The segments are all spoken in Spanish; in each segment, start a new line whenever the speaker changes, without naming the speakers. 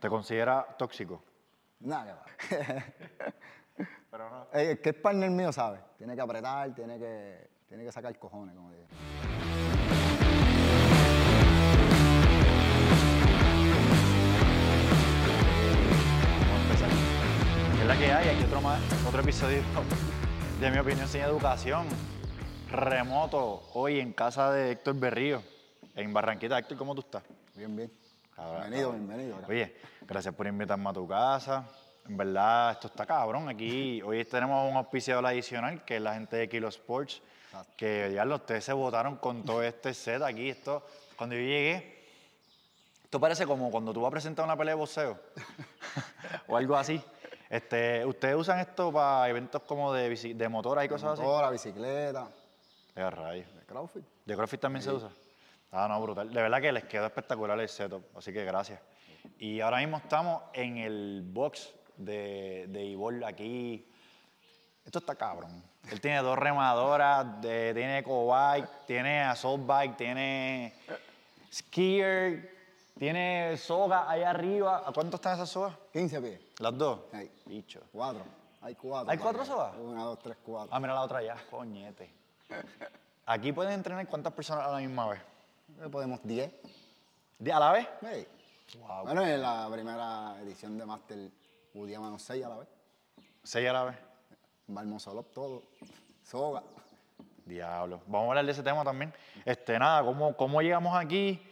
¿Te considera tóxico?
Nada, que va.
Pero no.
Eh, El que es partner mío sabe. Tiene que apretar, tiene que, tiene que sacar cojones, como digo.
Vamos a empezar. ¿Qué es la que hay? Aquí otro más, otro episodio de mi opinión sin educación. Remoto, hoy en casa de Héctor Berrío, en Barranquita. Héctor, ¿cómo tú estás?
Bien, bien.
Cabrón,
bienvenido,
cabrón.
bienvenido. cabrón.
Oye, gracias por invitarme a tu casa. En verdad, esto está cabrón. Aquí hoy tenemos un auspiciador adicional que es la gente de Kilo Sports.
Exacto.
Que ya ustedes se votaron con todo este set aquí. Esto, cuando yo llegué, esto parece como cuando tú vas a presentar una pelea de boxeo o algo así. Este, ustedes usan esto para eventos como de, bici- de motoras y cosas así.
Motora, bicicleta,
De rayos.
de CrossFit.
De CrossFit también se usa. Ah, no, brutal. De verdad que les quedó espectacular el setup, así que gracias. Y ahora mismo estamos en el box de, de Ivor aquí. Esto está cabrón. Él tiene dos remadoras, de- tiene co-bike, tiene assault bike, tiene skier, tiene soga allá arriba. ¿A cuánto están esas sogas?
15 pies.
Las dos.
Ahí.
Bicho.
Cuatro. Hay cuatro.
¿Hay cuatro
papi.
sogas?
Una, dos, tres, cuatro.
Ah, mira la otra allá, coñete. Aquí pueden entrenar cuántas personas a la misma vez.
Eh, Podemos diez.
¿De- ¿A la vez?
Hey.
Wow.
Bueno, en la primera edición de Master Udía Mano 6 a la vez.
Seis a la vez.
Balmonzolop todo. Soga.
Diablo. Vamos a hablar de ese tema también. Este, nada, ¿cómo, cómo llegamos aquí?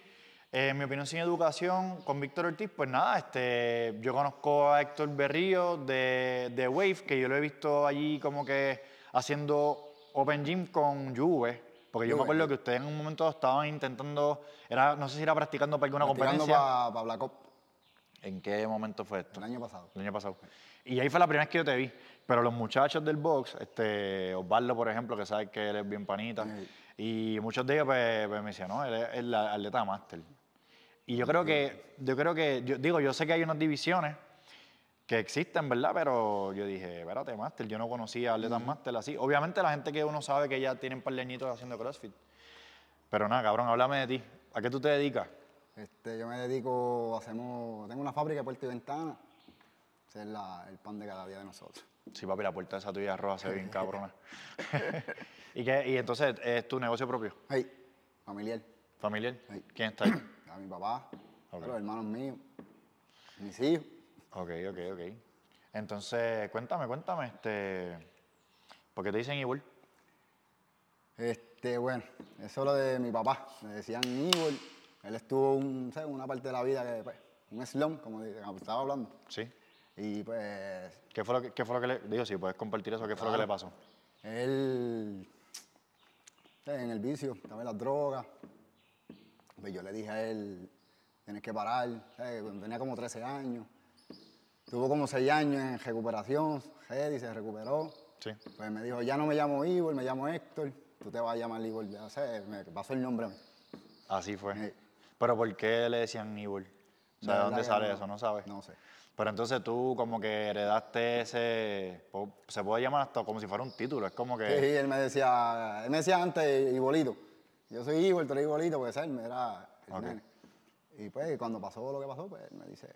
Eh, mi opinión sin educación con Víctor Ortiz, pues nada, este, yo conozco a Héctor Berrío de, de Wave, que yo lo he visto allí como que haciendo Open Gym con Juve, porque yo me
Juve,
acuerdo
sí.
que ustedes en un momento dado estaban intentando, era, no sé si era practicando para alguna competencia.
para Black Ops
¿En qué momento fue esto?
el año pasado.
El año pasado. Y ahí fue la primera vez que yo te vi. Pero los muchachos del box, este, Osvaldo, por ejemplo, que sabes que él es bien panita,
Sí.
y muchos de ellos pues, pues, me decían, no, él es el atleta máster. Y yo creo que, yo creo que, yo, digo, yo sé que hay unas divisiones que existen, ¿verdad? Pero yo dije, espérate, máster, yo no conocía atletas máster así. Obviamente la gente que uno sabe que ya tienen par de añitos haciendo CrossFit. Pero nada, cabrón, háblame de ti. ¿A qué tú te dedicas?
Este, yo me dedico, hacemos, tengo una fábrica de puerta y ventana. Ese es la- el pan de cada día de nosotros.
Sí, papi, la puerta de esa tuya roja se ve bien cabrona. ¿Y, qué? y entonces es tu negocio propio,
Hey, familiar.
familiar.
Sí.
¿Quién está ahí?
A mi papá,
Ok.
a los hermanos míos, mis hijos.
ok, ok, ok. Entonces, cuéntame, cuéntame, este. ¿Por qué te dicen Ivor?
Este, bueno, eso es lo de mi papá. Le decían Igor. Él estuvo un, ¿sabes? una parte de la vida que, pues, un slum, como de- como estaba hablando.
Sí.
Y pues,
¿Qué fue lo que, qué fue lo que le. Digo, si puedes compartir eso, ¿qué fue lo que le pasó?
él, ¿sabes? en el vicio, estaba en las drogas. Pues yo le dije a él, tienes que parar. ¿sabes? Cuando tenía como 13 años. Tuvo como 6 años en recuperación, y se recuperó.
Sí.
Pues me dijo, ya no me llamo Igor, me llamo Héctor, tú te vas a llamar Igor, ya sé, me pasó el nombre. a mí.
Así fue.
Sí.
Pero ¿por qué le decían Ivor? O sea,
De
¿de
verdad
dónde
que
sale
no-
eso? No sabes.
no sé.
Pero entonces tú como que heredaste ese. po- Se puede llamar hasta como si fuera un título. Es como
Sí,
que.
sí, él me decía, él me decía antes Ibolito. Yo soy Igor, tú eres Ibolito, porque él era el
Ok.
nene. Y pues cuando pasó lo que pasó, pues él me dice,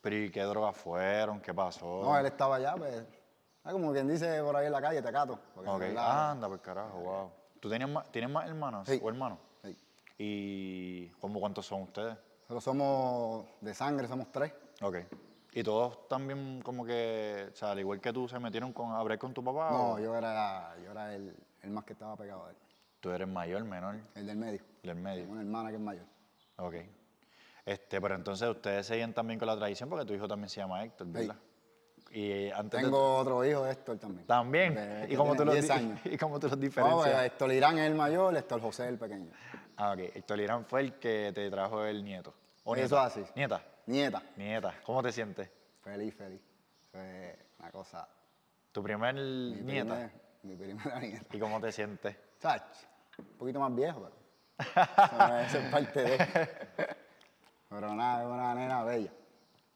Pero ¿y qué drogas fueron? ¿Qué pasó?
no, él estaba allá, pues, ah, como quien dice por ahí en la calle, te cato. porque en
Ok, Ah.
verdad-
anda, por carajo, wow. ¿Tú tienes más, tienes más hermanas
Eh, Sí.
o hermanos?
Sí.
¿Y cómo cuántos son ustedes?
Solo somos de sangre, somos tres.
Ok. ¿Y todos también como que, o sea, al igual que tú, se metieron con, a break con tu papá?
No,
o
yo era, yo era el, el más que estaba pegado a él,
Tú eres mayor, menor,
el del medio.
del medio.
Tengo una hermana que es mayor.
Ok. Este, pero entonces ustedes seguían también con la tradición porque tu hijo también se llama Héctor, ¿verdad? Y antes de-
Tengo otro hijo, Héctor, también.
También.
De-
¿Y, cómo
que
tú
tiene
los
10
di-
años.
¿Y cómo tú los
No,
diferencias?
eh, Héctor Irán es el mayor, Héctor José es el pequeño.
ah, ok. Héctor Irán fue el que te trajo el nieto. ¿O
Eso
nieta?
así.
¿Nieta?
Nieta.
Nieta. ¿Cómo te sientes?
Feliz, feliz. Fue una cosa.
Tu primer
Mi
nieta.
primer- mi primera nieta.
¿Y cómo te sientes?
Chacho, un poquito más viejo, pero. eso no es- eso es parte de. Pero nada, es una nena bella.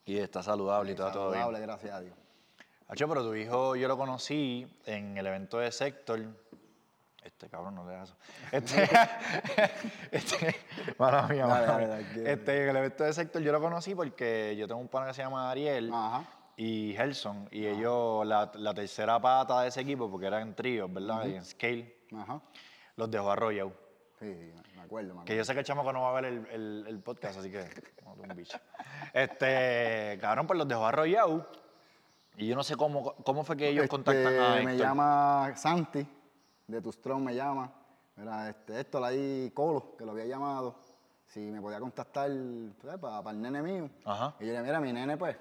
Y está saludable y está todo bien.
Saludable, gracias a Dios.
Hacho, pero tu hijo yo lo conocí en el evento de Sector. Este cabrón no le da eso. Este, este, mala mía, mala
Dale, dale,
mía.
tranquilo.
Este, el evento de sector yo lo conocí porque yo tengo un pana que se llama Ariel
Ajá.
y Gerson, y ellos, la, la tercera pata de ese equipo, porque eran tríos, ¿verdad? Y en scale,
Ajá.
los dejó arrollado.
Sí, sí, me- me acuerdo, me
Que
acuerdo.
yo sé que el chamaco no va a ver el, el- el podcast, así que no tú un bicho. Este, cabrón, pues los dejó arrollados. Y yo no sé cómo, cómo fue que ellos
Este,
contactan a
Me
Héctor.
llama Santi, de Tustron me llama. Era este, Héctor ahí, Colo, que lo había llamado. Si me podía contactar pues, para, el nene mío.
Ajá.
Y yo le dije, mira, mi nene, pues,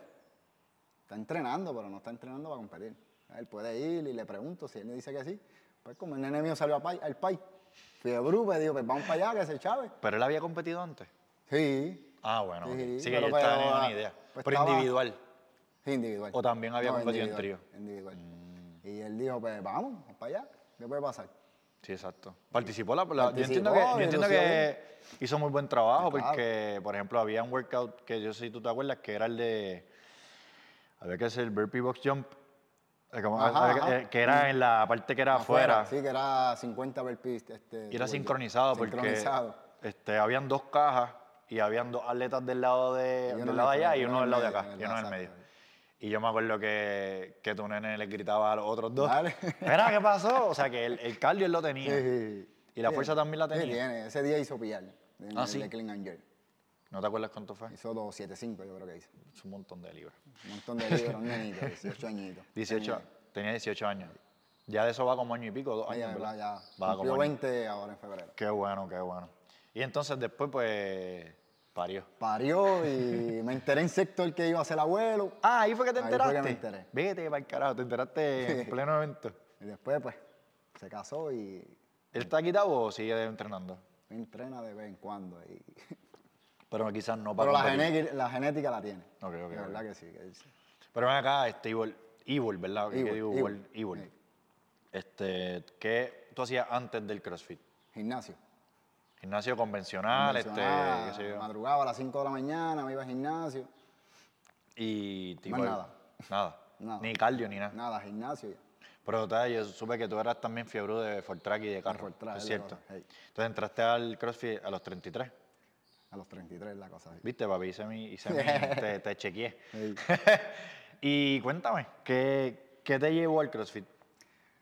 está entrenando, pero no está entrenando para competir. Él puede ir y le pregunto si él me dice que sí. Pues como el nene mío salió a pay- al país, fui a Brupe, digo, pues vamos para allá, que se chave.
Pero él había competido antes.
Sí,
Ah, bueno. ok.
Sí,
Sí, que
pero
yo estaba
para-
teniendo una idea.
pues
pero
estaba-
individual.
Sí, individual.
O también había competido en
individual, Individual. Y él dijo, pues vamos, para allá, ¿qué puede pasar?
Sí, exacto. Participó la. la- yo
Participó
entiendo que, yo
y
entiendo
lució
que hizo muy buen trabajo
Claro.
porque, por ejemplo, había un workout que yo sé si tú te acuerdas que era el de. Había que hacer el burpee box jump. eh, como-
Ajá,
había que-
ajá.
eh, Que era en la parte que era afuera.
Sí, que era 50 per pista. Este,
Y era
tuvo-
sincronizado porque
Sincronizado.
Este, habían dos cajas y habían dos atletas del lado de,
Y uno
del lado de
del-
allá y
uno
uno del
del
lado de
medio,
acá y
¿verdad?
uno del medio.
Exacto.
Y yo me acuerdo que, que tu nene le gritaba a los otros dos.
Dale.
Mira, ¿qué pasó? O sea, que el, el cardio él lo tenía.
Sí.
Y la
Sí,
fuerza también la
sí,
tenía.
tiene. Ese día hizo pillar. En
Ah,
el
sí.
de Clean and Jerk.
¿No te acuerdas cuánto fue?
Hizo 275, yo creo que hizo.
Es un montón de libras.
Un montón de libros, un nenito, 18 añitos.
18, tenía 18 años. Ya de eso va como año y pico, dos
Ahí,
años,
ahí va,
¿verdad?
ya.
Va como
Cumplió
año.
20 ahora en febrero.
Qué bueno, qué bueno. Y entonces después, pues, parió.
Parió y me enteré en sector que iba a ser abuelo.
Ah, ahí fue que te
Ahí fue que
enteraste.
me enteré.
Vete para el carajo, te enteraste en pleno evento.
Y después, pues, se casó y
¿Él está quitado o sigue entrenando?
entrena de vez en cuando. y-
Pero quizás no para
Pero la,
competir.
gené- la genética la tiene.
Ok, ok,
De
ok.
verdad que sí. que él sí.
Pero ven acá, este, Ivor, Ivor, ¿verdad? ¿Qué
Ivor,
digo?
Ivor.
Ivor, Ivor.
Sí.
Este, ¿qué tú hacías antes del CrossFit?
Gimnasio.
Gimnasio convencional, este,
Mencionaba,
qué sé yo.
Madrugaba a las 5 de la mañana, me iba al gimnasio.
Y tipo,
Más nada.
nada.
Nada.
Ni cardio ni nada.
Nada, gimnasio ya.
Pero tal, yo supe que tú eras también fiebre de Fortrack y de carro.
Fortrack,
es
es la
cierto.
cosa, hey.
Entonces entraste al CrossFit a los 33.
A los 33 la cosa así.
Viste, papi, hice mi, hice mi- te, te chequeé.
Sí.
y cuéntame, ¿qué, qué te llevó al CrossFit?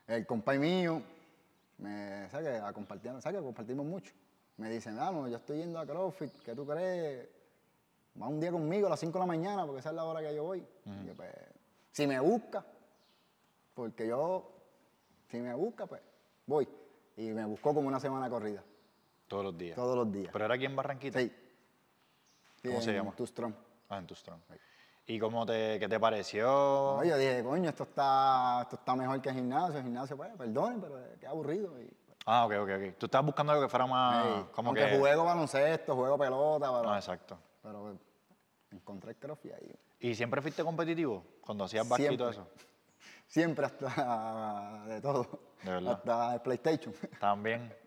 El compay mío, me, ¿sabes que, a compartir, ¿sabes que compartimos mucho? Me dice, vamos, yo estoy yendo a CrossFit, ¿qué tú crees? Va un día conmigo a las 5 de la mañana, porque esa es la hora que yo voy. Y yo, pues, si me busca, porque yo, si me busca, pues, voy. Y me buscó como una semana corrida,
Todos los días.
todos los días.
Pero era aquí en Barranquita.
Sí.
¿Cómo se
en
llama?
Tustrón.
Ah, en tu strong. ¿Y cómo te, qué te pareció?
No, yo dije, coño, esto está, esto está mejor que el gimnasio. El gimnasio, pues, perdonen, pero eh, qué aburrido. Y,
Ah, ok, ok, ok. Tú estabas buscando algo que fuera más.
Ey,
Ah, como
aunque
que.
juego baloncesto, juego pelota, pero,
Ah, exacto.
pero, eh, encontré el crossfit ahí.
¿Y siempre fuiste competitivo? Cuando hacías básquet y todo eso.
Siempre. Siempre hasta de todo.
De verdad.
Hasta el PlayStation.
También.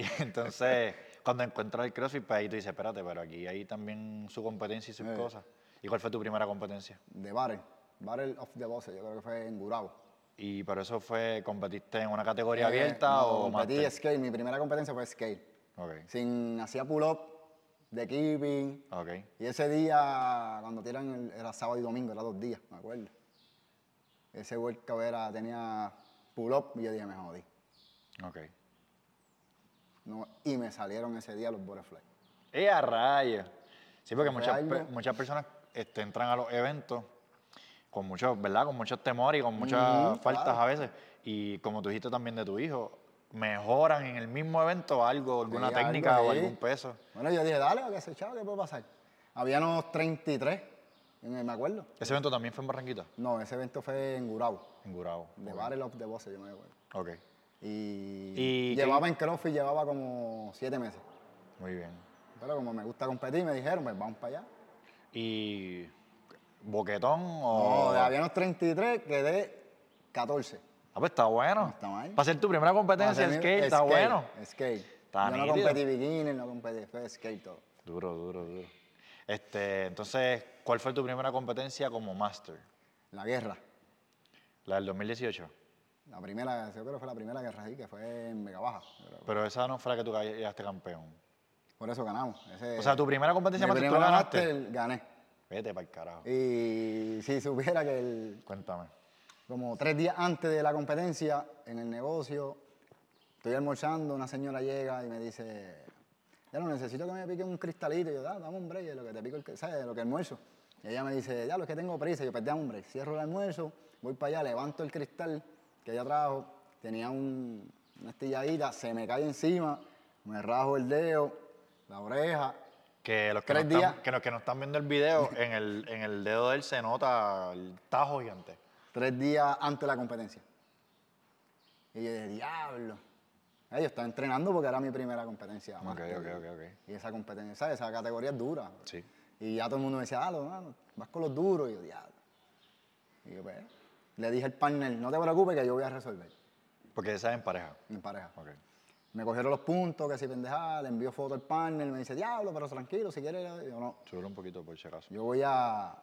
Y entonces, cuando encuentras el CrossFit, pues ahí tú dices, espérate, pero aquí hay también su competencia y sus cosas. ¿Y cuál fue tu primera competencia?
De Barrel. Barrel of the Bosses, yo creo que fue en Gurabo.
¿Y pero eso fue, competiste en una categoría
Eh,
abierta
no,
o
competí
máster?
scale. Mi primera competencia fue scale.
Ok,
Sin, hacía pull-up, de keeping.
ok.
Y ese día, cuando tiran, el- era sábado y domingo, era dos días, me acuerdo. Ese workout era, tenía pull-up y yo dije, me jodí.
Ok.
No, y me salieron ese día los butterfly.
¡Eh, a rayos! Sí, porque
Fue
muchas, pe-
algo.
muchas personas este, entran a los eventos con muchos, ¿verdad? Con muchos temores y con muchas
Ujú,
faltas
claro.
a veces. Y como tú dijiste también de tu hijo, mejoran en el mismo evento algo, alguna
Sí, algo
técnica o
ahí.
algún peso.
Bueno, yo dije, dale, que se echaba, ¿qué puede pasar? Habían unos 33, en el- me acuerdo.
Ese evento también fue en Barranquita,
No, ese evento fue en Gurabo,
en Gurabo.
de Battle of the Bosses, yo me acuerdo.
Ok,
Y,
¿Y qué-
llevaba en CrossFit, llevaba como siete meses.
muy bien.
Pero como me gusta competir, me dijeron, pues vamos para allá.
¿Y boquetón o...?
No, de había unos 33, quedé 14.
Ah, pues está bueno.
está mal.
Para ser tu primera competencia,
Hacer
es
mi-
que está
skate,
bueno.
Skate.
Está
yo no
nítido.
competí beginner, no competí, fue skate todo.
Duro, duro, duro. Este, entonces, ¿cuál fue tu primera competencia como master?
La guerra.
¿La del 2018?
La primera, yo creo que fue la primera que rajé, que fue en Mega Baja. Pero
Pero esa no fue la que tú llegaste campeón.
Por eso ganamos. Ese-
O sea, tu primera competencia
Eh, mi
amateur, tú
primera
la ganaste.
amateur, gané.
Vete para el carajo.
Y si supiera que el-
Cuéntame.
como tres días antes de la competencia, en el negocio, estoy almorzando, una señora llega y me dice, ya lo necesito que me pique un cristalito. Y yo, "Da- dame un break, de lo que te pico, el, que- ¿sabes? de Lo que almuerzo. Y ella me dice, ya lo que tengo prisa. Y yo, pues dame un break, cierro el almuerzo, voy para allá, levanto el cristal que ella trajo, tenía un- una estilladita, se me cae encima, me rajo el dedo, la oreja,
Que los que, no
Tres
están,
días.
que los que no están viendo el video, en el, en el dedo de él se nota el tajo gigante.
tres días antes de la competencia. Y yo dije, diablo. Eh, Yo estaba entrenando porque era mi primera competencia. máster.
ok.
Y esa competencia, ¿sabes? Esa categoría es dura.
Sí.
Y ya todo el mundo me decía, Alo, mano, vas con los duros. Y yo, diablo. Y yo, pues, le dije al partner, no te preocupes que yo voy a resolver.
Porque esa es en pareja.
Mi pareja.
Ok.
Me cogieron los puntos, que si pendejada, le envío foto al partner, me dice, diablo, pero tranquilo, si quieres. le doy". Y yo, no,
Súbelo un poquito por si acaso.
yo voy a.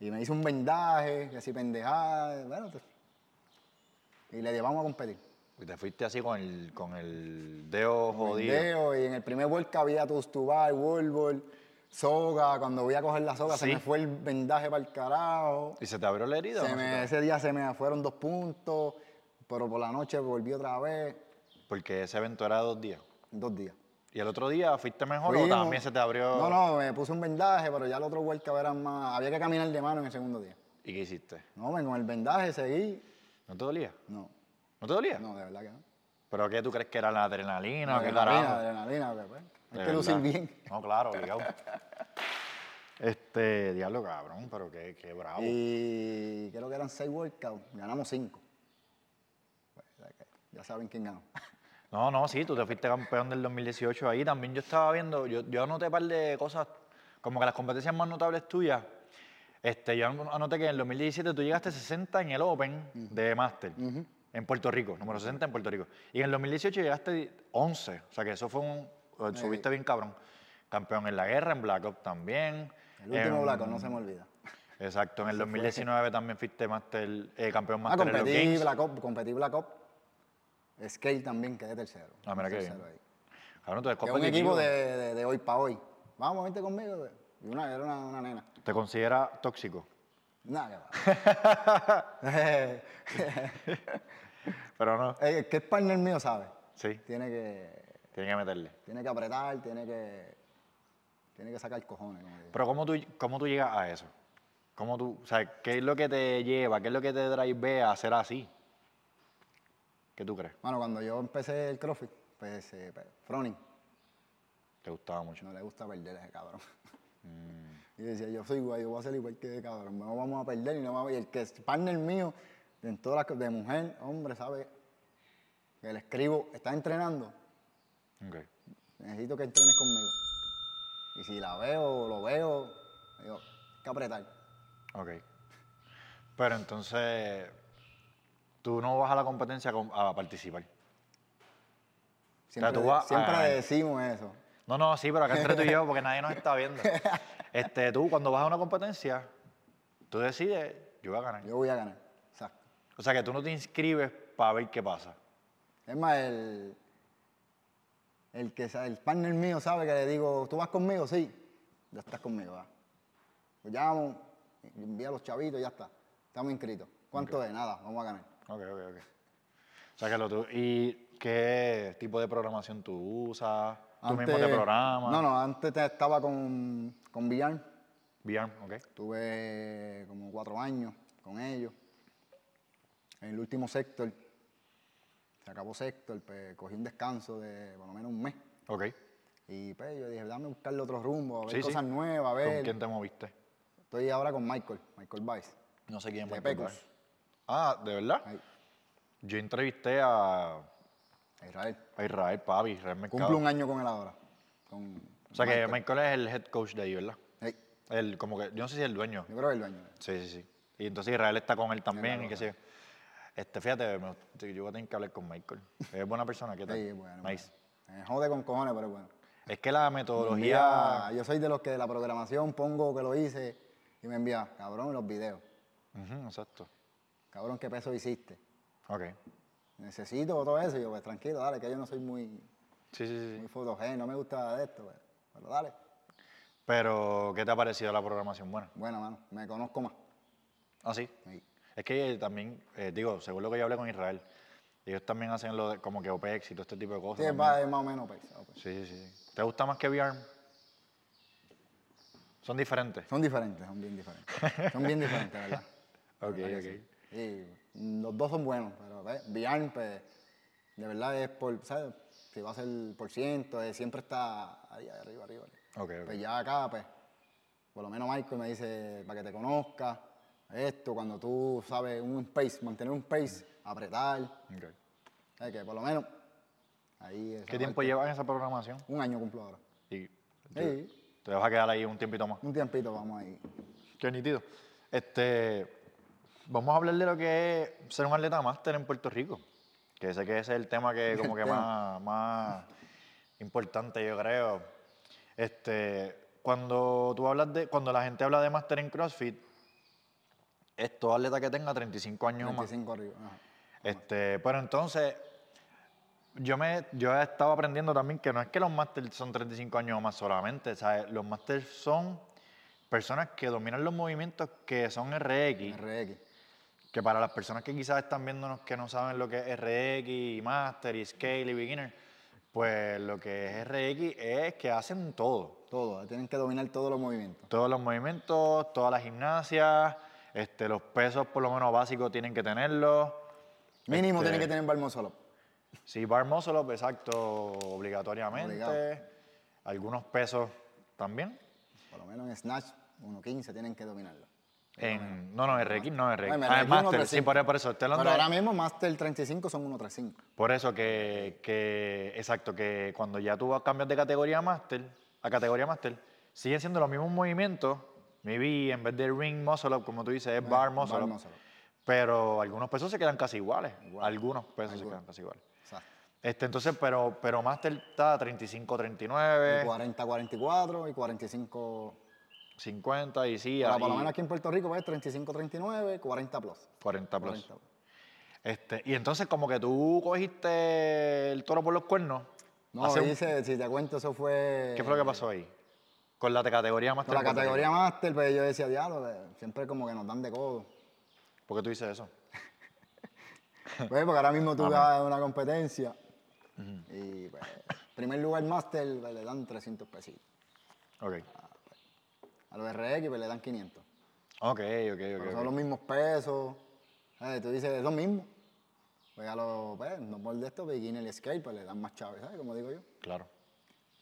Y me hice un vendaje, que si pendejada, bueno. te- Y le llevamos a competir.
Y te fuiste así con el, con el dedo jodido.
Vendeo, y en el primer vuelco había tustubar, wallball, soga. Cuando voy a coger la soga,
Sí.
se me fue el vendaje para el carajo.
¿Y se te abrió la herida? o
Se
no se
me-
te abrió?
ese día se me fueron dos puntos, pero por la noche volví otra vez,
Porque ese evento era dos días.
dos días.
¿Y el otro día fuiste mejor o
Fuimos.
también se te abrió?
No, no, me puse un vendaje, pero ya el otro vuelco era más. Había que caminar de mano en el segundo día.
¿Y qué hiciste?
No, ven, con el vendaje seguí.
¿No te dolía?
No,
¿No te dolía?
no, de verdad que no.
¿Pero qué tú crees que era la adrenalina? ¿Qué
adrenalina,
carajo?
adrenalina, pero, pues,
De
hay que lucir
verdad.
bien.
No, claro, obligado. este, diablo cabrón, pero qué, qué bravo.
Y creo que eran seis workouts, ganamos cinco. Pues, o sea que ya saben quién ganó.
No, no, sí, tú te fuiste campeón del 2018 ahí. También yo estaba viendo, yo, yo anoté un par de cosas, como que las competencias más notables tuyas. Este, yo an- anoté que en el 2017 tú llegaste 60 en el Open de Master en Puerto Rico, número 60 en Puerto Rico. Y en el 2018 llegaste 11, o sea que eso fue un. eh, Subiste bien cabrón. Campeón en la guerra, en Black Ops también.
El último
en-
blanco, no se me olvida.
Exacto, en el 2019 también fuiste máster, eh, campeón
Ah,
máster en los
competí
Games.
Black Ops, competí Black Ops. Scale también quedé tercero.
Ah, mira qué bien.
Tercero ahí.
Cabrón, tú eres
Que es un equipo
competitivo.
de, de- de hoy para hoy. Vamos, vente conmigo. Y una, era una, una nena.
¿Te consideras tóxico?
Nada, que va.
Pero no,
El Eh, que es partner mío sabe.
sí,
Tiene que,
tiene que meterle.
tiene que apretar, tiene que, tiene que sacar cojones. Como digo.
Pero ¿cómo tú, cómo tú llegas a eso? ¿Cómo tú, o sea, ¿Qué es lo que te lleva? ¿Qué es lo que te drive a ser así? ¿Qué tú crees?
Bueno, cuando yo empecé el CrossFit, pues eh, pe- Froning,
Te gustaba mucho.
no le gusta perder a ese cabrón.
Mm.
Y decía, yo soy igual, yo voy a ser igual que ese cabrón, no vamos a perder y no vamos a... Y el que es partner mío, en todas las co- de mujer, hombre, sabe que le escribo, estás entrenando,
Ok.
necesito que entrenes conmigo. Y si la veo, lo veo, digo, hay que apretar.
Ok. Pero entonces, tú no vas a la competencia con- a participar.
Siempre,
tú vas-
siempre
ah.
decimos eso.
No, no, sí, pero acá entre tú y yo, porque nadie nos está viendo. Este, tú, cuando vas a una competencia, tú decides, yo voy a ganar.
Yo voy a ganar, exacto.
O sea, que tú no te inscribes para ver qué pasa.
Es más, el, el, que, sa- el partner mío sabe que le digo, ¿tú vas conmigo? Sí. Ya estás conmigo, va. Lo llamo, envía a los chavitos y ya está. Estamos inscritos. ¿Cuánto es? Nada, vamos a ganar.
Ok, ok, ok. O sea, que lo tú. ¿Y qué tipo de programación tú usas? ¿Tú mismo te
Antes-
programas?
No, no, antes te- estaba con, con VR.
Bien, ok.
Tuve como cuatro años con ellos. En el último sector, se acabó sector, pues, cogí un descanso de por lo menos un mes.
Ok.
Y pues yo dije, dame buscarle otro rumbo, a ver
Sí, sí.
cosas nuevas, a ver.
¿Con quién te moviste?
Estoy ahora con Michael, Michael Weiss.
No sé quién
De
Michael
Pecos.
Bay. Ah, ¿de verdad?
Ahí,
Yo entrevisté a,
a Israel.
a Israel Pavi, Israel Mercado.
Cumple un año con él ahora. Con
O sea, que Michael es el head coach de ahí, ¿verdad?
Ey,
El, como que, yo no sé si es el dueño.
yo creo que el dueño.
Sí, sí, sí. Y entonces Israel está con él también
Claro,
y qué sé yo. Este, fíjate, me- yo voy a tener que hablar con Michael. Es buena persona, ¿qué tal?
Ey, bueno,
nice.
bueno. Me jode con cojones, pero bueno.
Es que la
Me
metodología...
envía- yo soy de los que de la programación pongo que lo hice y me envía, cabrón, los videos.
Ujú, exacto.
Cabrón, ¿qué peso hiciste?
Ok.
Necesito todo eso. Y yo, pues tranquilo, dale, que yo no soy muy,
Sí, sí, sí.
muy fotogénico, no me gusta de esto, pero, pero dale.
Pero, ¿qué te ha parecido la programación? Bueno,
Bueno, mano, me conozco más.
así.
Sí.
Es que eh, también, eh, digo, según lo que yo hablé con Israel, ellos también hacen lo de- como que OPEX y todo este tipo de
Sí,
cosas.
es
también.
más, es más o menos pesado. pues.
Sí, sí, sí. ¿Te gusta más que VR? Son diferentes.
Son diferentes, son bien diferentes. Son bien diferentes, ¿verdad?
Ok,
¿Verdad
ok.
que sí? Sí, mm, los dos son buenos, pero ¿ves? Beyond, pues, de verdad es por, ¿sabes? Si va a ser por ciento, eh, siempre está ahí, ahí arriba, arriba. arriba.
Ok, ok.
Pues ya acá, pues, por lo menos Michael me dice, para que te conozca, esto, cuando tú sabes un pace, mantener un pace,
Mm.
apretar,
Ok.
¿sabes? Que por lo menos, ahí es.
¿Qué tiempo llevas en esa programación?
Un año cumplo ahora.
Y
Sí,
te vas a quedar ahí un tiempito más.
un tiempito vamos ahí.
Qué nítido. Este, vamos a hablar de lo que es ser un atleta máster en Puerto Rico. Que sé que ese es el tema que como que
tema.
más, más importante, yo creo. Este, cuando tú hablas de, cuando la gente habla de máster en CrossFit, es todo atleta que tenga 35 años o más.
25 arriba. ajá.
Este, pero entonces, yo me yo he estado aprendiendo también que no es que los másters son 35 años o más solamente, ¿sabes? Los másters son personas que dominan los movimientos que son RX,
RX.
que para las personas que quizás están viéndonos que no saben lo que es RX, y Master, y Scale y Beginner, pues lo que es RX es que hacen todo.
Todo, eh, tienen que dominar todos los movimientos.
Todos los movimientos, todas las gimnasias, este, los pesos por lo menos básicos tienen que tenerlos.
Mínimo
Este,
tienen que tener balmón solo.
Sí, bar muscle up, exacto, obligatoriamente.
Obligado.
Algunos pesos también.
Por lo menos en Snatch 1.15 tienen que dominarlo.
En, no, no, RX no, RX.
Ay, me
Ah,
reí,
en Master, sí,
1.35.
por, por eso. estoy hablando
Pero
de-
ahora mismo Master 35 son 1.35.
por eso que, que, exacto, que cuando ya tú vas- cambias de categoría a Master, a categoría Master, siguen siendo los mismos movimientos. Maybe en vez de ring muscle up, como tú dices, es bar muscle
Eh, Bar
up.
muscle up.
Pero algunos pesos se quedan casi iguales.
Igual.
Algunos pesos se
Algunos.
quedan casi iguales.
Exacto.
Este, entonces, pero, pero Master está 35, 39.
Y 40 44 y 45.
50 y sí,
Ahora,
ahí
por lo menos aquí en Puerto Rico pues 35 39, 40 plus.
40 plus.
40 plus.
Este, y entonces como que tú cogiste el toro por los cuernos.
No,
Hace un-
dice, si te cuento, eso fue.
¿Qué fue lo que pasó ahí? Con la categoría más
Con la
temprana.
categoría Master, pues yo decía, diablo, eh, siempre como que nos dan de codo.
¿Por qué tú dices eso?
Pues porque ahora mismo tú vas a una competencia y pues, primer lugar Master pues, le dan 300 pesitos.
Ok.
Ah. A los RX pues, le dan 500.
Ok, ok, ok.
Pero
ok.
son los mismos pesos. ¿sabes? Tú dices, es lo mismo. Pues a los, pues, no por de esto, beginner y skate, pues le dan más chaves, ¿sabes? Como digo yo.
Claro.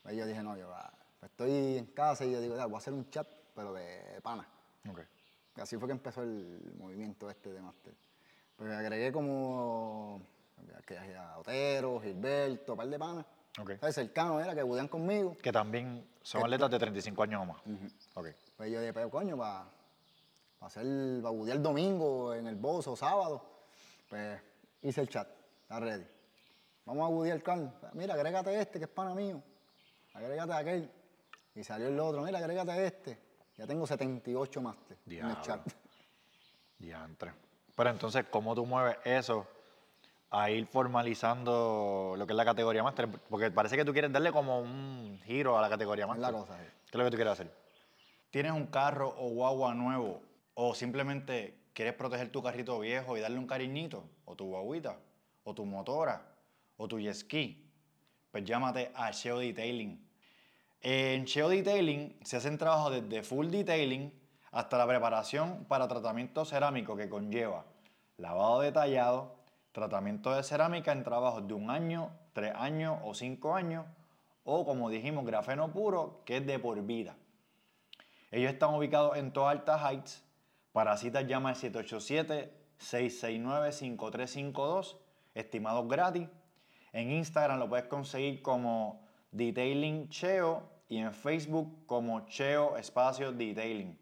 Pues yo dije, no, yo ah, pues, estoy en casa y yo digo, ya, voy a hacer un chat, pero de pana.
Ok.
Y así fue que empezó el movimiento este de Master. Pues agregué como que a Otero, Gilberto, un par de panas.
Ok.
¿sabes? Cercano era que budían conmigo.
Que también son atletas de 35 años o más. Ok.
Pues yo dije, pero coño, para hacer, para budear domingo en el bozo, sábado, pues hice el chat, está ready. Vamos a budear carne. Mira, agrégate este que es pana mío. Agrégate aquel. Y salió el otro, mira, agrégate este. Ya tengo 78 máster en el
Diablo.
chat.
Diantre. Pero entonces, ¿cómo tú mueves eso a ir formalizando lo que es la categoría máster? Porque parece que tú quieres darle como un giro a la categoría
Es
máster.
la cosa. sí.
¿Qué es lo que tú quieres hacer?
tienes un carro o guagua nuevo o simplemente quieres proteger tu carrito viejo y darle un cariñito, o tu guaguita, o tu motora, o tu jet ski, pues llámate a Sheo Detailing. En Sheo Detailing se hacen trabajos desde full detailing hasta la preparación para tratamiento cerámico que conlleva lavado detallado, tratamiento de cerámica en trabajos de un año, tres años o cinco años, o como dijimos, grafeno puro, que es de por vida. Ellos están ubicados en Toa Alta Heights. Para citas llama al 787-669-5352, estimados gratis. En Instagram lo puedes conseguir como Detailing Cheo y en Facebook como Cheo Espacio Detailing.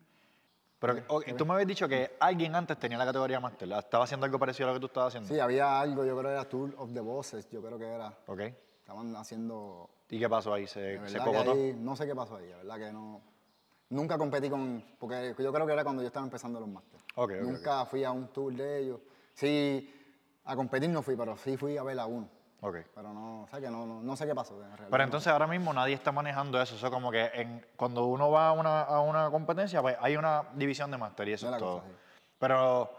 Pero que- ok, tú me habías dicho que alguien antes tenía la categoría máster. la- Estaba haciendo algo parecido a lo que tú estabas haciendo.
Sí, había algo, yo creo que era Tour of the Bosses, yo creo que era.
Ok.
Estaban haciendo.
¿Y qué pasó ahí?
de
¿Se, se
verdad que
cocotó?
ahí- no sé qué pasó ahí, de verdad que no. Nunca competí con. Porque yo creo que era cuando yo estaba empezando los máster.
Ok, ok, ok.
Nunca fui a un tour de ellos. Sí, A competir no fui, pero sí fui a ver a uno.
Ok.
Pero no, o sea, que no, no, no sé qué pasó. en realidad.
Pero entonces ahora mismo nadie está manejando eso. Eso es como que en- cuando uno va a una, a una competencia, pues, hay una división de máster y eso
Es la
es todo.
cosa, sí.
Pero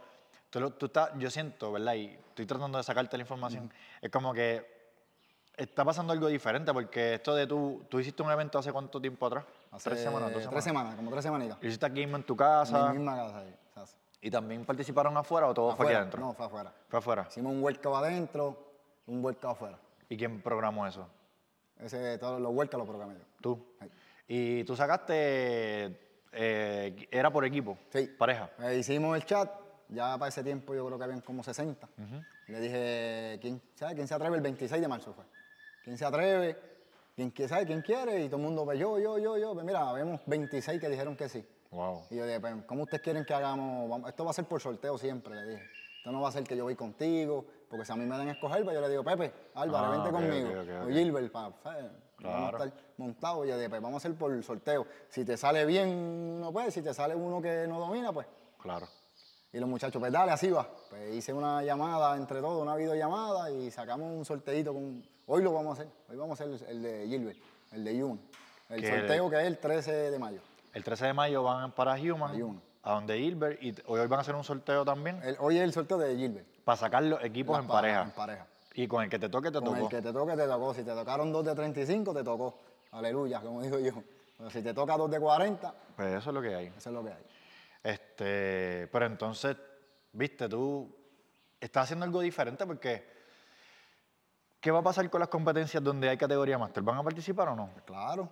tú, lo- tú estás, yo siento, ¿verdad? Y estoy tratando de sacarte la información. Es como que está pasando algo diferente porque esto de tú, tú hiciste un evento hace cuánto tiempo atrás?
Hace
tres semanas, dos semanas.
Tres semanas, como tres semanitas.
Lo hiciste aquí mismo en tu
En
casa.
mi misma casa. ahí, o sea,
¿Y también participaron afuera o todo fue aquí
afuera.
adentro?
No, fue afuera.
Fue afuera.
Hicimos un workout adentro, un workout afuera.
¿Y quién programó eso?
Ese, todos los workouts los programé yo.
Tú.
Ahí.
Y tú sacaste, eh, era por equipo,
Sí.
pareja.
Eh, hicimos el chat, ya para ese tiempo yo creo que habían como 60. Le dije, ¿quién, sabe, ¿quién se atreve? El 26 de marzo fue. ¿Quién se atreve? ¿Quién qui- sabe? ¿Quién quiere? Y todo el mundo, pues yo, yo, yo, yo. Pues mira, vemos 26 que dijeron que sí.
Wow.
Y yo dije, pues, ¿cómo ustedes quieren que hagamos? Vamos- esto va a ser por sorteo siempre, le dije. Esto no va a ser que yo voy contigo, porque si a mí me dan a escoger, pues yo le digo, Pepe, Álvaro,
Ah,
vente
ok,
conmigo.
ok, ok, ok.
O Gilbert, pa, ¿sabes? Vamos
Claro.
a estar montados. Y yo dije, pues vamos a hacer por sorteo. Si te sale bien, no puedes. Si te sale uno que no domina, pues.
Claro.
Y los muchachos, pues dale, así va. Pues hice una llamada entre todos, una videollamada, y sacamos un sorteito con... Hoy lo vamos a hacer. Hoy vamos a hacer el, el de Gilbert, el de Jun. El
Que-
sorteo que es el 13 de mayo.
El 13 de mayo van para Human,
Hay uno.
a donde Gilbert, y t- hoy van a hacer un sorteo también
El- hoy es el sorteo de Gilbert.
para sacar los equipos
Las
en
pa-
pareja.
En pareja.
Y con el que te toque, te
Con
tocó.
el que te toque, te tocó. Si te tocaron dos de 35, te tocó. Aleluya, como digo yo. Pero si te toca dos de 40,
Pues eso es lo que hay.
eso es lo que hay.
Este, pero entonces, viste, tú estás haciendo algo diferente porque ¿qué va a pasar con las competencias donde hay categoría máster? ¿Van a participar o no?
Pues claro.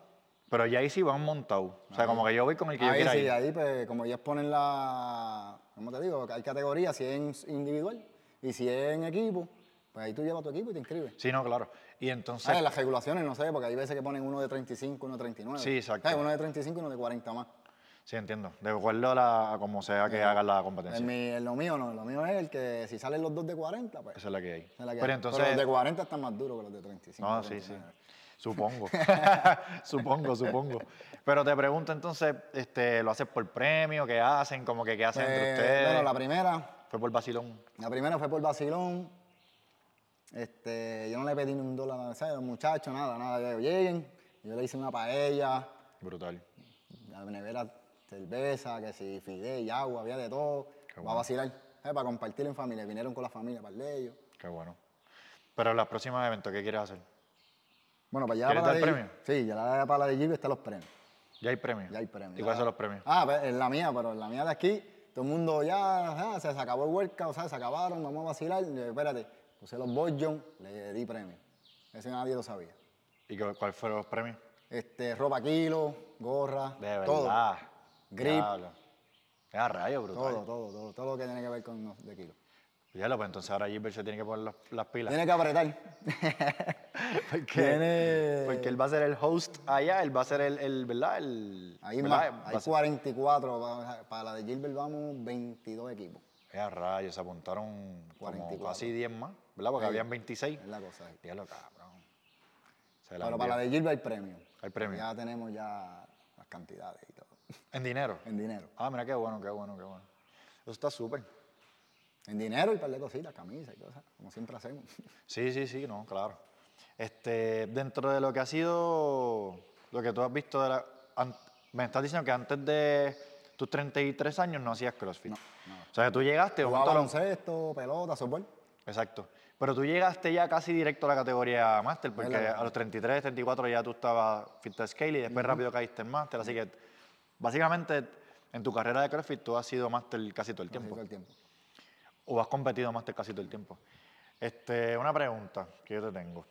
Pero ya ahí sí van montados. O sea, como que yo voy con el que yo
Ahí
quiera
sí,
ir.
ahí pues, como ellos ponen la, ¿cómo te digo? Hay categorías, si es en individual y si es en equipo, pues ahí tú llevas tu equipo y te inscribes.
Sí, no, claro. Y entonces,
¿Sabes? Las regulaciones, no sé, porque hay veces que ponen uno de 35, uno de 39.
Sí, exacto.
¿Sabes? Eh, Uno de 35 y uno de 40 más.
sí, entiendo. De acuerdo a, la, a como sea que haga la competencia.
En, mi- en lo mío no, en lo mío es el que si salen los dos de 40, pues...
Esa es la que hay.
esa es la que
pero
hay.
entonces,
los de 40 están más duros que los de 35.
No, sí, sí.
39.
Supongo. supongo, supongo. Pero te pregunto entonces, este, ¿lo haces por premio? ¿Qué hacen? Como que qué hacen entre
Pues,
ustedes.
bueno, la primera,
Fue por vacilón.
La primera fue por vacilón. Este, yo no le pedí ni un dólar ¿sabes? al muchacho, nada, nada. Yo, lleguen, yo le hice una paella,
Brutal.
la nevera cerveza, que si fidel y agua, había de todo.
Qué
Va a
bueno.
vacilar, ¿sabes? para compartir en familia. Vinieron con la familia, para de ellos.
Qué bueno. Pero en los próximos eventos, ¿qué quieres hacer?
Bueno, para allá
¿Quieres
para la
dar
de
premio?
Sí, ya la para la de Gilbert están los premios.
Ya hay premios.
Ya hay premios.
¿Y cuáles
Ya-
son los premios?
Ah, pues, en la mía, pero en la mía de aquí, todo el mundo ya, ah, se acabó el workout, ¿sabes? se acabaron, vamos a vacilar. Yo, espérate, puse los Borjon, le di premio. Ese nadie lo sabía.
¿Y cu- cuáles fueron los premios?
Este, ropa kilo, gorra,
De verdad.
todo. Grip.
Diablo. Ah, rayo, brutal.
Todo, todo, todo, todo lo que tiene que ver con los de kilo.
Ya lo, pues entonces ahora Gilbert se tiene que poner las, las pilas.
Tiene que apretar.
Porque,
Tiene-
porque él va a ser el host allá, él va a ser el, el ¿verdad? El,
Ahí
¿verdad?
más,
Va
hay
a ser-
44. Para, para la de Gilbert vamos 22 equipos.
Ya rayos, se apuntaron como
44.
casi 10 más, ¿verdad? Porque
Sí.
habían 26.
Es la cosa. ahí.
Diablo, cabrón. Se la
Pero
envió.
para la de Gilbert hay premio.
Hay premio.
Ya tenemos ya las cantidades y todo.
En dinero.
En dinero.
Ah, mira, qué bueno, qué bueno, qué bueno. Eso está súper.
En dinero y un par de cositas, camisas y cosas, como siempre hacemos.
Sí, sí, sí, no, claro. Este, dentro de lo que ha sido, lo que tú has visto, de la, an- me estás diciendo que antes de tus 33 años no hacías CrossFit. O sea, que tú llegaste,
Jugaba
junto a los-
baloncesto, pelota, softball.
Exacto. Pero tú llegaste ya casi directo a la categoría máster, porque
Verdad.
a los 33, 34 ya tú estabas fit to scale y después rápido caíste en máster. Así que básicamente en tu carrera de CrossFit tú has sido máster casi todo el
Así
tiempo.
todo el tiempo.
O has competido máster casi todo el tiempo. Este, una pregunta que yo te tengo.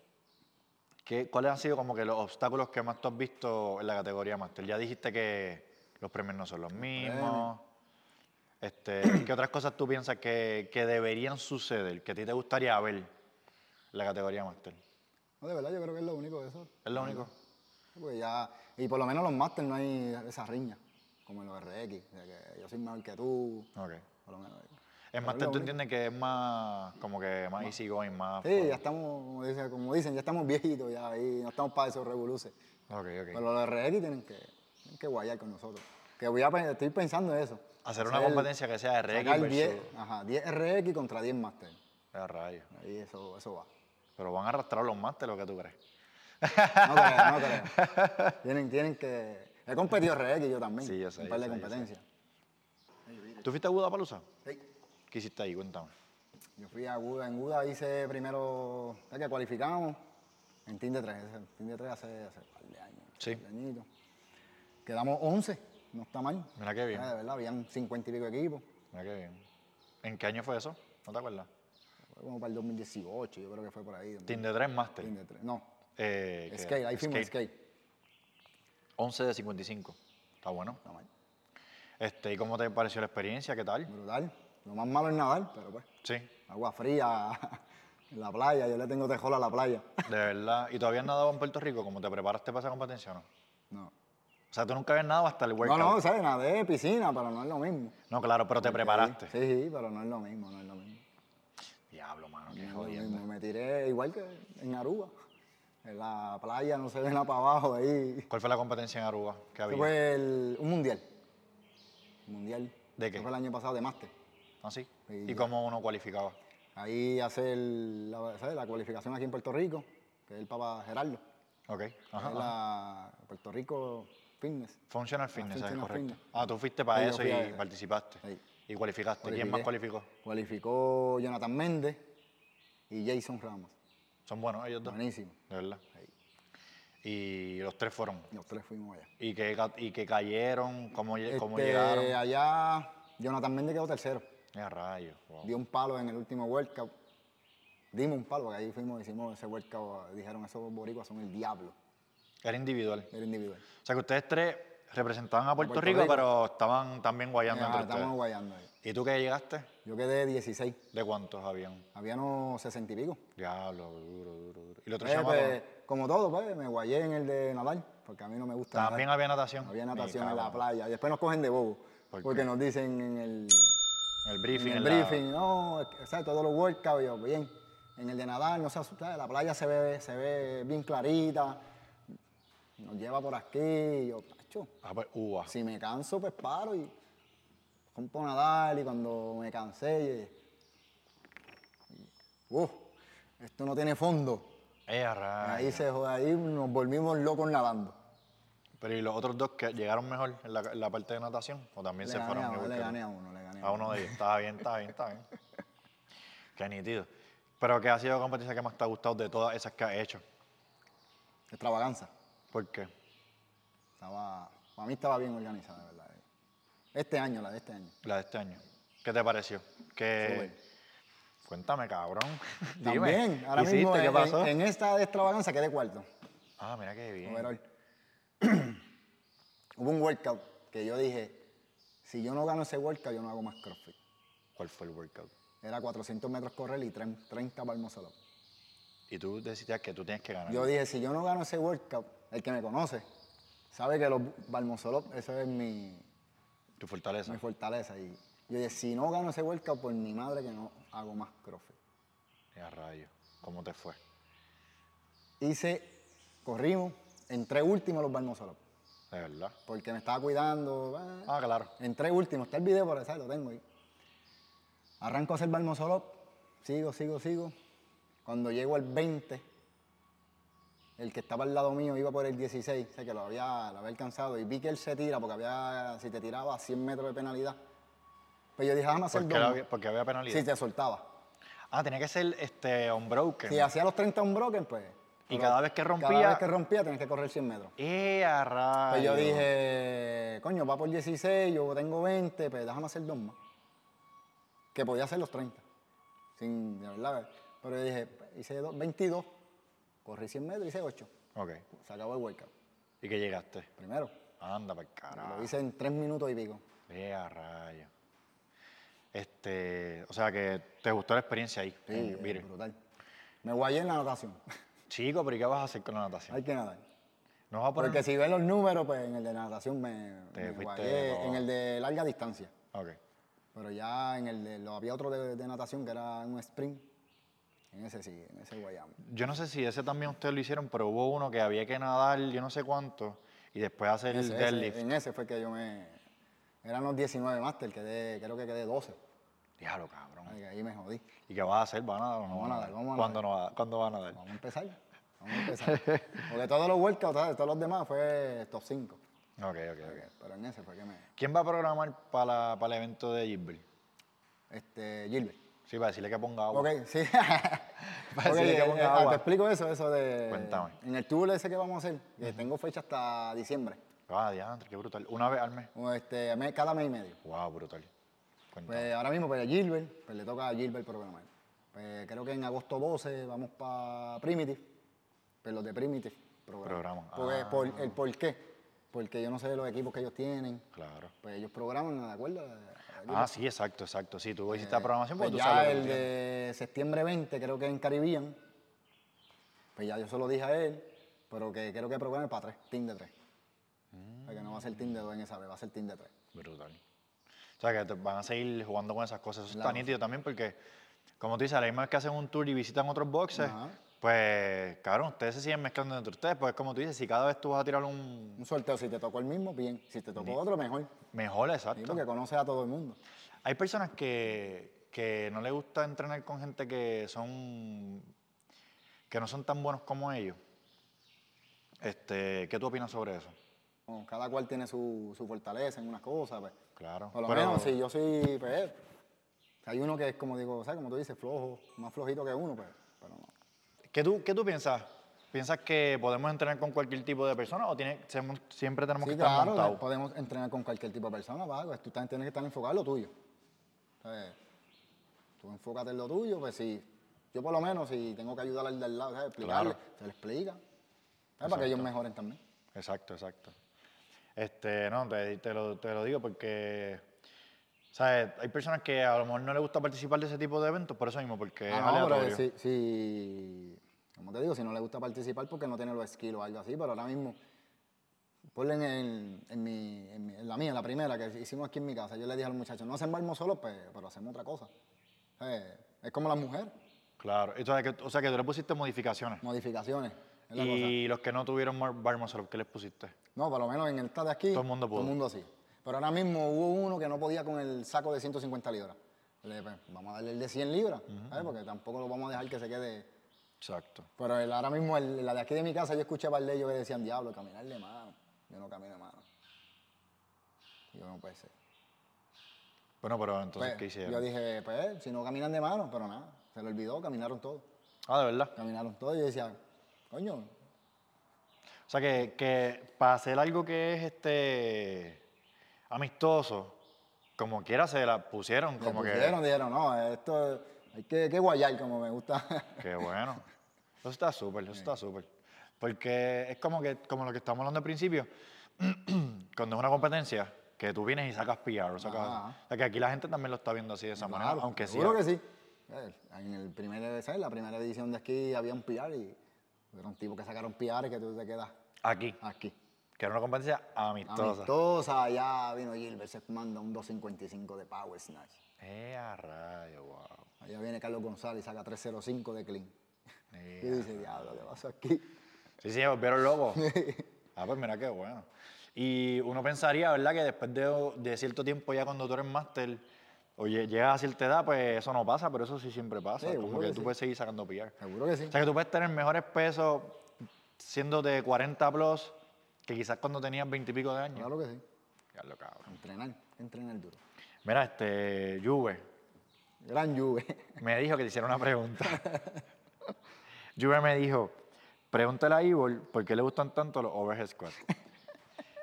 ¿Qué, ¿Cuáles han sido como que los obstáculos que más tú has visto en la categoría máster? Ya dijiste que los premios no son los mismos. Este, ¿Qué otras cosas tú piensas que, que deberían suceder, que a ti te gustaría ver en la categoría máster?
No, de verdad, yo creo que es lo único de eso.
¿Es lo único?
Pues ya, y por lo menos los máster no hay esa riña, como en los RX, de que yo soy mejor que tú,
Ok.
por Mm. lo menos. eh.
Es máster, tú entiendes que es más, como que más easy going, más...
Sí, ya estamos, como dicen, como dicen, ya estamos viejitos ya, y no estamos para esos revoluces.
Ok, ok.
Pero los RX tienen que, tienen que guayar con nosotros. Que voy a, pe- estoy pensando en eso.
Hacer una competencia que sea RX
sacar 10,
versus-
ajá, 10 RX contra 10 máster.
A rayos.
Ahí eso, eso va.
Pero van a arrastrar los másteres, ¿lo que tú crees?
No creo, no creo. Tienen, tienen que. He competido RX yo también.
Sí, yo sé,
Un par
yo
de
sé, yo sé.
competencias.
¿Tú fuiste a Budapalooza?
Sí.
¿Qué hiciste ahí? Cuéntame.
Yo fui a Guda, en Guda hice primero, ya que cualificamos, en Team de 3, en Team de 3 hace, hace un par de años,
Sí.
un par de añitos. Quedamos 11, no está mal.
Mira qué bien.
Ah, De verdad, habían 50 y pico equipos,
Mira qué bien. ¿En qué año fue eso? ¿No te acuerdas?
fue como para el 2018, yo creo que fue por ahí.
Team de 3 Master.
Team de 3, no,
Eh, que-
skate, ahí fuimos, skate.
11 de 55. Está bueno.
Está mal,
Este, ¿Y cómo te pareció la experiencia? ¿Qué tal?
brutal. Lo más malo es nadar, pero pues,
Sí, de
agua fría, en la playa, yo le tengo tejol a la playa.
verdad. ¿Y todavía has nadado en Puerto Rico? ¿Cómo te preparaste para esa competencia o no? O
No,
sea, tú nunca habías nadado hasta el
no,
workout.
no, ¿sabes? Nadé, piscina, pero no es lo mismo.
No, claro, pero te preparaste.
Sí, sí, pero no es lo mismo, no es lo mismo.
Diablo, mano, qué
Es lo
jodiendo.
mismo, Me tiré igual que en Aruba. En la playa no se ve nada para abajo ahí.
¿Cuál fue la competencia en Aruba que
Eso
había?
fue el- un mundial. Mundial.
¿De
Eso
qué?
Fue el año pasado de máster.
¿Ah, sí?
Sí,
¿Y
ya.
cómo uno cualificaba?
Ahí hace el- la, ¿sabes? la cualificación aquí en Puerto Rico, que es el Papa Gerardo.
Ok, ajá.
Es
ajá.
la Puerto Rico Fitness.
Functional Fitness,
Ah, Functional
es correcto.
Fitness.
Ah, tú fuiste
Sí,
para
yo
eso
fui
y
a esa.
participaste.
Sí.
Y cualificaste. ¿Quién más
Cualifiqué.
cualificó?
Cualificó Jonathan Méndez y Jason Ramos.
Son buenos ellos dos,
Buenísimo.
de verdad.
Sí.
Y los tres fueron.
Los tres fuimos allá.
¿Y que, ca- y que cayeron? ¿Cómo, lle- cómo
Este,
llegaron?
Allá Jonathan Méndez quedó tercero.
Mira, rayos. wow.
dio un palo en el último workout. Dimos un palo, porque ahí fuimos, hicimos ese workout, dijeron esos boricuas son el diablo,
Era individual.
era individual.
O sea, que ustedes tres representaban a Puerto,
Puerto
Rico,
Rico.
pero estaban también guayando
Ah,
entre ustedes.
estamos guayando ahí.
¿Y tú que llegaste?
Yo quedé 16,
¿De cuántos habían?
había unos 60 y pico.
Diablo, duro, duro, duro. ¿Y los otros
Eh,
chamaco?
pues, como todo, pues, me guayé en el de nadar, porque a mí no me gusta nadar.
También había natación.
Había natación
Ni
en la
cabrón.
playa, y después nos cogen de bobo,
¿Por qué?
porque nos dicen en el,
En el
en
briefing.
el
en la-
briefing, no, es que, o sea, todos los workouts, yo, bien, en el de nadar, no se asusta, la playa se ve, se ve bien clarita, nos lleva por aquí, y yo, tacho,
Ah, pues, uva.
Si me canso, pues paro y compo a nadar y cuando me cansé, y- uf, esto no tiene fondo.
Eh, rayos.
ahí se jode, ahí nos volvimos locos nadando.
Pero ¿y los otros dos que llegaron mejor en la, en la parte de natación? ¿O también
Le
se
gané,
fueron?
a,
igual
le
que tú?
gané a uno, le gané a
A uno de ellos. Está bien, está bien, está bien. Qué nítido. Pero ¿qué ha sido la competencia que más te ha gustado de todas esas que has hecho?
Extravaganza.
¿Por qué?
Estaba, para mí estaba bien organizada, de verdad. Este año, la de este año.
La de este año. ¿Qué te pareció? Que...
Súper.
Cuéntame, cabrón. Eh, Dime,
También, ahora
¿qué
mismo
hiciste? ¿Qué
en-
pasó?
En, esta de extravaganza quedé cuarto.
Ah, mira qué bien.
overall. Hubo un workout que yo dije, si yo no gano ese workout, yo no hago más crossfit.
¿Cuál fue el workout?
Era 400 metros correr y tre- 30 palmos solo.
Y tú decías que tú tienes que ganar.
Yo dije, si yo no gano ese workout, el que me conoce sabe que los balmosolop, esa es mi,
tu fortaleza.
mi fortaleza. Y yo dije, si no gano ese workout, por mi madre que no hago más crossfit.
Ya rayo. ¿Cómo te fue?
Hice, corrimos, entré último a los balmosolop,
De verdad.
porque me estaba cuidando. eh.
Ah, claro.
Entré último, está el video por ahí, lo tengo ahí. Arranco a hacer balmosolop, sigo, sigo, sigo. Cuando llego al 20, el que estaba al lado mío iba por el 16, o sea que lo había, lo había alcanzado. Y vi que él se tira, porque había, si te tiraba, 100 metros de penalidad. Pues yo dije, vamos a hacer
Porque
dos
había, porque había
más".
penalidad.
Si te soltaba.
Ah, tenía que ser este, unbroken.
Si hacía los 30 un broken, pues.
Y
pero
cada vez que
Cada
rompía-
vez que rompía, tenías que correr 100 metros.
¡Eh, a rayo!
Pues yo dije, coño, va por 16, yo tengo 20, pues déjame hacer dos más. Que podía hacer los 30. Sin, de verdad. Pero yo dije, hice dos- 22, corrí 100 metros, hice 8.
Ok.
Se acabó el workout.
¿Y que llegaste?
Primero.
Anda, para carajo.
Lo hice en 3 minutos y pico.
¡Eh, a rayo! Este, o sea, que te gustó la experiencia ahí.
Sí,
en
eh,
Vire.
brutal. Me guayé en la natación.
Chico, pero ¿y qué vas a hacer con la natación?
Hay que nadar.
No vas a poner...
Porque si ves los números, pues en el de natación me,
Te
me
fuiste
guayé.
para
En
abajo.
el de larga distancia.
Ok.
Pero ya en el de, lo, había otro de, de natación que era un sprint. En ese sí, en ese guayamos.
Yo no sé si ese también ustedes lo hicieron, pero hubo uno que había que nadar, yo no sé cuánto, y después hacer el
Ese- ese-
deadlift.
en ese fue que yo me. Eran los 19 máster, quedé, creo que quedé 12.
Diablo, cabrón.
Ay, que ahí me jodí.
¿Y qué vas a hacer? ¿Van a nadar o no
Vamos
van
a
a
nadar,
nadar?
vamos a
¿Cuándo, no va- ¿Cuándo van a nadar?
Vamos a empezar. Vamos a empezar. Porque todos los workouts, ¿sabes? todos los demás fue top 5.
Ok, ok, ok.
Pero en ese fue que me.
¿Quién va a programar para, la- para el evento de Gilbert?
Este, Gilbert.
Sí, para decirle que ponga agua.
Ok, sí.
Parece
Ok,
que
eh,
ponga
eh,
agua.
Te explico eso, eso de.
Cuéntame.
En el tour ese que vamos a hacer, que tengo fecha hasta diciembre.
Ah, diantre, qué brutal. Una vez al mes.
o Este, mes- cada mes y medio.
Wow, brutal. Cuéntame.
Pues ahora mismo, pues Gilbert, pues le toca a Gilbert programar. Pues creo que en agosto 12 vamos para Primitive, pues los de Primitive programan.
Programa,
Porque
ah.
por- el por qué, porque yo no sé los equipos que ellos tienen,
claro.
pues ellos programan, ¿de acuerdo? A- a
Ah, sí, exacto, exacto. Sí, tú hiciste la programación
pues
porque tú
ya
sabes. lo
el
que tienes.
de septiembre 20, creo que en Caribbean, pues ya yo se lo dije a él, pero que creo que programe para tres, team de tres.
Mm.
O sea, que no va a ser team de dos en esa vez, va a ser team de tres.
Brutal. O sea, que te- van a seguir jugando con esas cosas. Eso está
Claro.
nítido también porque, como tú dices, a la misma vez que hacen un tour y visitan otros boxes,
Ajá.
pues, cabrón, ustedes se siguen mezclando entre ustedes. Pues, como tú dices, si cada vez tú vas a tirar un
Un sorteo, si te tocó el mismo, bien. Si te tocó otro, mejor.
mejor,
Sí,
exacto.
porque conoces a todo el mundo.
Hay personas que, que no les gusta entrenar con gente que son que no son tan buenos como ellos. Este, ¿Qué tú opinas sobre eso?
Como Cada cual tiene su, su fortaleza en unas cosas. Pues.
Claro.
Por lo
Pero-
menos, si yo soy, pues, hay uno que es como digo, ¿sabes? Como tú dices, flojo, más flojito que uno, pues, pero no.
¿Qué tú, qué tú piensas? ¿Piensas que podemos entrenar con cualquier tipo de persona o tiene, se- siempre tenemos que
Sí,
estar
claro, eh,
montados?
podemos entrenar con cualquier tipo de persona, vago. Tú también tienes que estar enfocado en lo tuyo. ¿sabes? Tú enfócate en lo tuyo, pues si yo por lo menos si tengo que ayudar al del lado, ¿sabes? explicarle,
Claro.
se le explica. ¿sabes? Para que ellos mejoren también.
Exacto, exacto. Este, no, te, te lo, te lo digo porque, ¿sabes? Hay personas que a lo mejor no les gusta participar de ese tipo de eventos por eso mismo, porque es
Ah, no, pero
aleatorio.
si, si- como te digo, si no le gusta participar porque no tiene los skills o algo así, pero ahora mismo, ponle en, el- en mi- en mi- en la mía, la primera que hicimos aquí en mi casa, yo le dije al muchacho, no hacemos solo, pues, pero hacemos otra cosa. ¿Sabes? Es como las mujeres,
Claro, o sea, que, o sea que tú le pusiste modificaciones.
modificaciones. Es la cosa.
Y los que no tuvieron mar- bar muscle, ¿qué les pusiste?
No, por lo menos en el estado de aquí.
Todo el mundo pudo.
Todo el mundo así. Pero ahora mismo hubo uno que no podía con el saco de 150 libras. Le dije, pues, vamos a darle el de 100 libras, ¿sabes? Porque tampoco lo vamos a dejar que se quede.
Exacto.
Pero el- ahora mismo, el- la de aquí de mi casa, yo escuchaba al ellos que decían, diablo, caminarle mano. Yo no camino mano. Y yo no puede ser.
Bueno, pero entonces,
Pues,
¿qué hicieron?
yo dije, pues, si no caminan de mano, pero nada. Se lo olvidó, caminaron todos.
Ah, de verdad.
Caminaron todos y yo decía, coño,
O sea, que, que para hacer algo que es este amistoso, como quiera se la pusieron,
como
como que...
dijeron, no, esto hay que, que guayar, como me gusta.
Qué bueno. Eso está súper, eso está súper. Porque es como que, como lo que estamos hablando al principio, cuando es una competencia, que tú vienes y sacas PR, o sacas...
Ajá.
O sea, que aquí la gente también lo está viendo así de esa manera,
Claro,
aunque sí.
seguro que sí. Eh, En el primer, ¿sabes? la primera edición de aquí había un PR y fueron tipos que sacaron PR que tú te quedas
Aquí,
aquí.
que era una competencia amistosa.
Amistosa, allá vino Gilbert, se manda un 2.55 de Power Snatch.
Eh, a rayo, wow.
Allá viene Carlos González y saca 3.05 de Clean. Y dice, diablo, ¿qué pasa aquí?
Sí, sí, volvieron locos. ah, pues mira qué bueno. Y uno pensaría, ¿verdad? Que después de, de cierto tiempo ya cuando tú eres máster, oye, llegas a cierta edad, pues eso no pasa, pero eso sí siempre pasa.
Sí,
como
seguro
que
que
tú
sí.
puedes seguir sacando PR.
Seguro que sí.
O sea, que tú puedes tener mejores pesos siendo de 40 plus que quizás cuando tenías 20 y pico de años.
Claro que sí.
Ya lo cabrón.
Entrenar, entrenar duro.
Mira, este, Juve,
Gran Juve.
me dijo que te hiciera una pregunta. Juve me dijo, pregúntale a Ivor por qué le gustan tanto los overhead squats.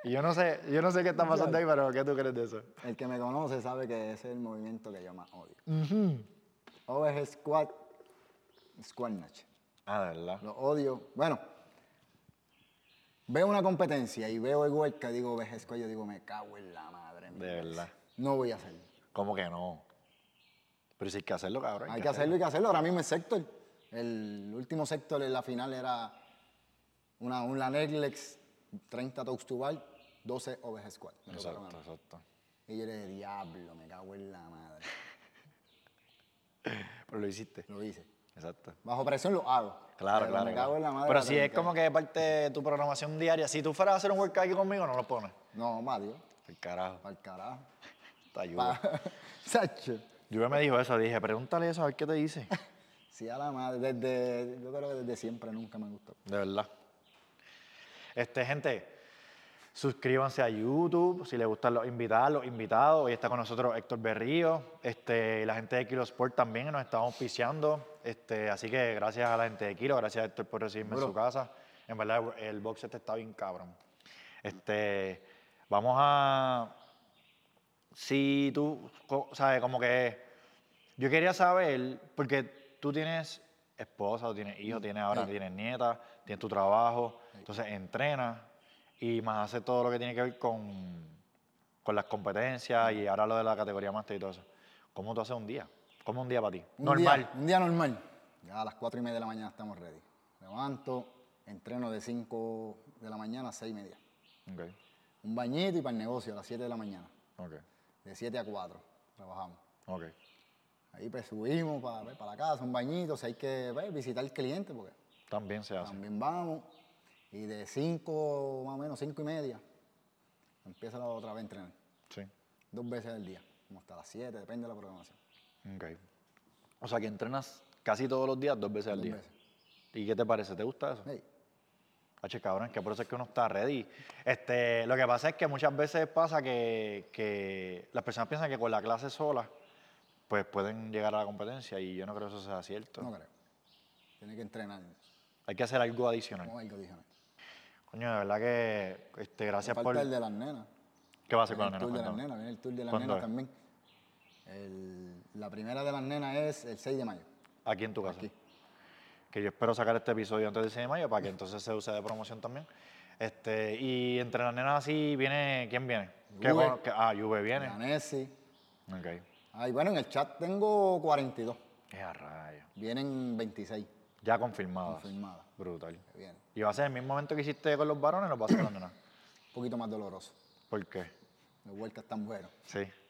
Y yo no sé, yo no sé qué está pasando ahí, pero ¿qué tú crees de eso?
El que me conoce sabe que ese es el movimiento que yo más odio. Overhead squat, squat snatch.
Ah, de verdad.
Lo odio. Bueno, veo una competencia y veo el huelga y digo, vejezco, yo digo, me cago en la madre. mi
De
madre".
verdad.
No voy a hacerlo.
¿Cómo que no? Pero si Pues hay que hacerlo, cabrón.
Hay que hacerlo, hay que hacerlo. Ahora mismo el sector, el último sector en la final era una, una Neglex, 30 toes to bar, 12 overhead squat. Me tocaron a
Exacto,
mí.
exacto.
Y yo le dije, diablo, me cago en la madre.
Pero lo hiciste.
Lo hice.
Exacto.
Bajo presión lo hago.
Claro,
pero
claro.
Me
claro.
cago en la madre.
Pero
la
si es
técnica.
como que parte de tu programación diaria, si tú fueras a hacer un workout aquí conmigo, no lo pones.
No, Mario,
El carajo,
para el carajo.
te ayuda.
Pa- Sacho.
Yo me dijo eso, dije, pregúntale eso a ver qué te dice.
Sí, a la madre, desde, yo creo que desde siempre nunca me gustó.
De verdad. Este, gente, suscríbanse a YouTube si les gustan los invitados, los invitados. Hoy está con nosotros Héctor Berrío. Este, la gente de Kilo Sport también nos está auspiciando. Este, así que gracias a la gente de Kilo, gracias a Héctor por recibirme en su casa. En verdad, el box este está bien cabrón. Este, vamos a. Si tú, co- sabes, como que. Yo quería saber, porque tú tienes esposa, tú tienes hijos, tienes ahora,
Sí.
tienes nieta, tienes tu trabajo, entonces entrenas y más hace todo lo que tiene que ver con, con las competencias y ahora lo de la categoría máster y todo eso. ¿Cómo tú haces un día? ¿Cómo un día para ti?
Un
Normal.
día- un día normal. Ya a las 4 y media de la mañana estamos ready. Levanto, entreno de 5 de la mañana a 6 y media.
Ok,
Un bañito y para el negocio a las 7 de la mañana.
ok,
De 7 a 4 trabajamos.
ok.
Ahí pues subimos para, la casa, un bañito, si hay que pues, visitar al cliente, porque
También se hace.
también vamos. Y de 5, más o menos 5 y media, empieza la otra vez a entrenar.
Sí.
Dos veces al día, como hasta las 7, depende de la programación.
Ok. O sea que entrenas casi todos los días, dos veces al
Dos
día.
veces.
¿Y qué te parece? ¿Te gusta eso?
Hey,
H, cabrón, que por eso es que uno está ready. Este, lo que pasa es que muchas veces pasa que, que las personas piensan que con la clase sola, pues pueden llegar a la competencia y yo no creo que eso sea cierto.
no creo. Tiene que entrenar,
Hay que hacer algo adicional.
no hay que adicional.
Coño, de verdad que este, gracias
Falta
por...
el de las nenas.
¿Qué va a hacer
Viene
con
el
la
tour de
nena?
las nenas, viene el tour de las
¿Cuándo
nenas
es?
también. El- la primera de las nenas es el 6 de mayo.
Aquí en tu casa.
Aquí.
Que yo espero sacar este episodio antes del 6 de mayo para que entonces se use de promoción también. Este, y entre las nenas así viene... ¿Quién viene? ¿Qué
Juve.
cono- qué- ah, Juve viene.
La Nessie.
Ok.
Ay, bueno, en el chat tengo 42.
Es a rayo.
Vienen 26
Ya confirmadas.
confirmadas.
Brutal.
que vienen.
Y va a ser el mismo momento que hiciste con los varones, lo vas a hacer con las nenas.
Un poquito más doloroso.
¿Por qué?
Las vueltas tan buenas.
Sí.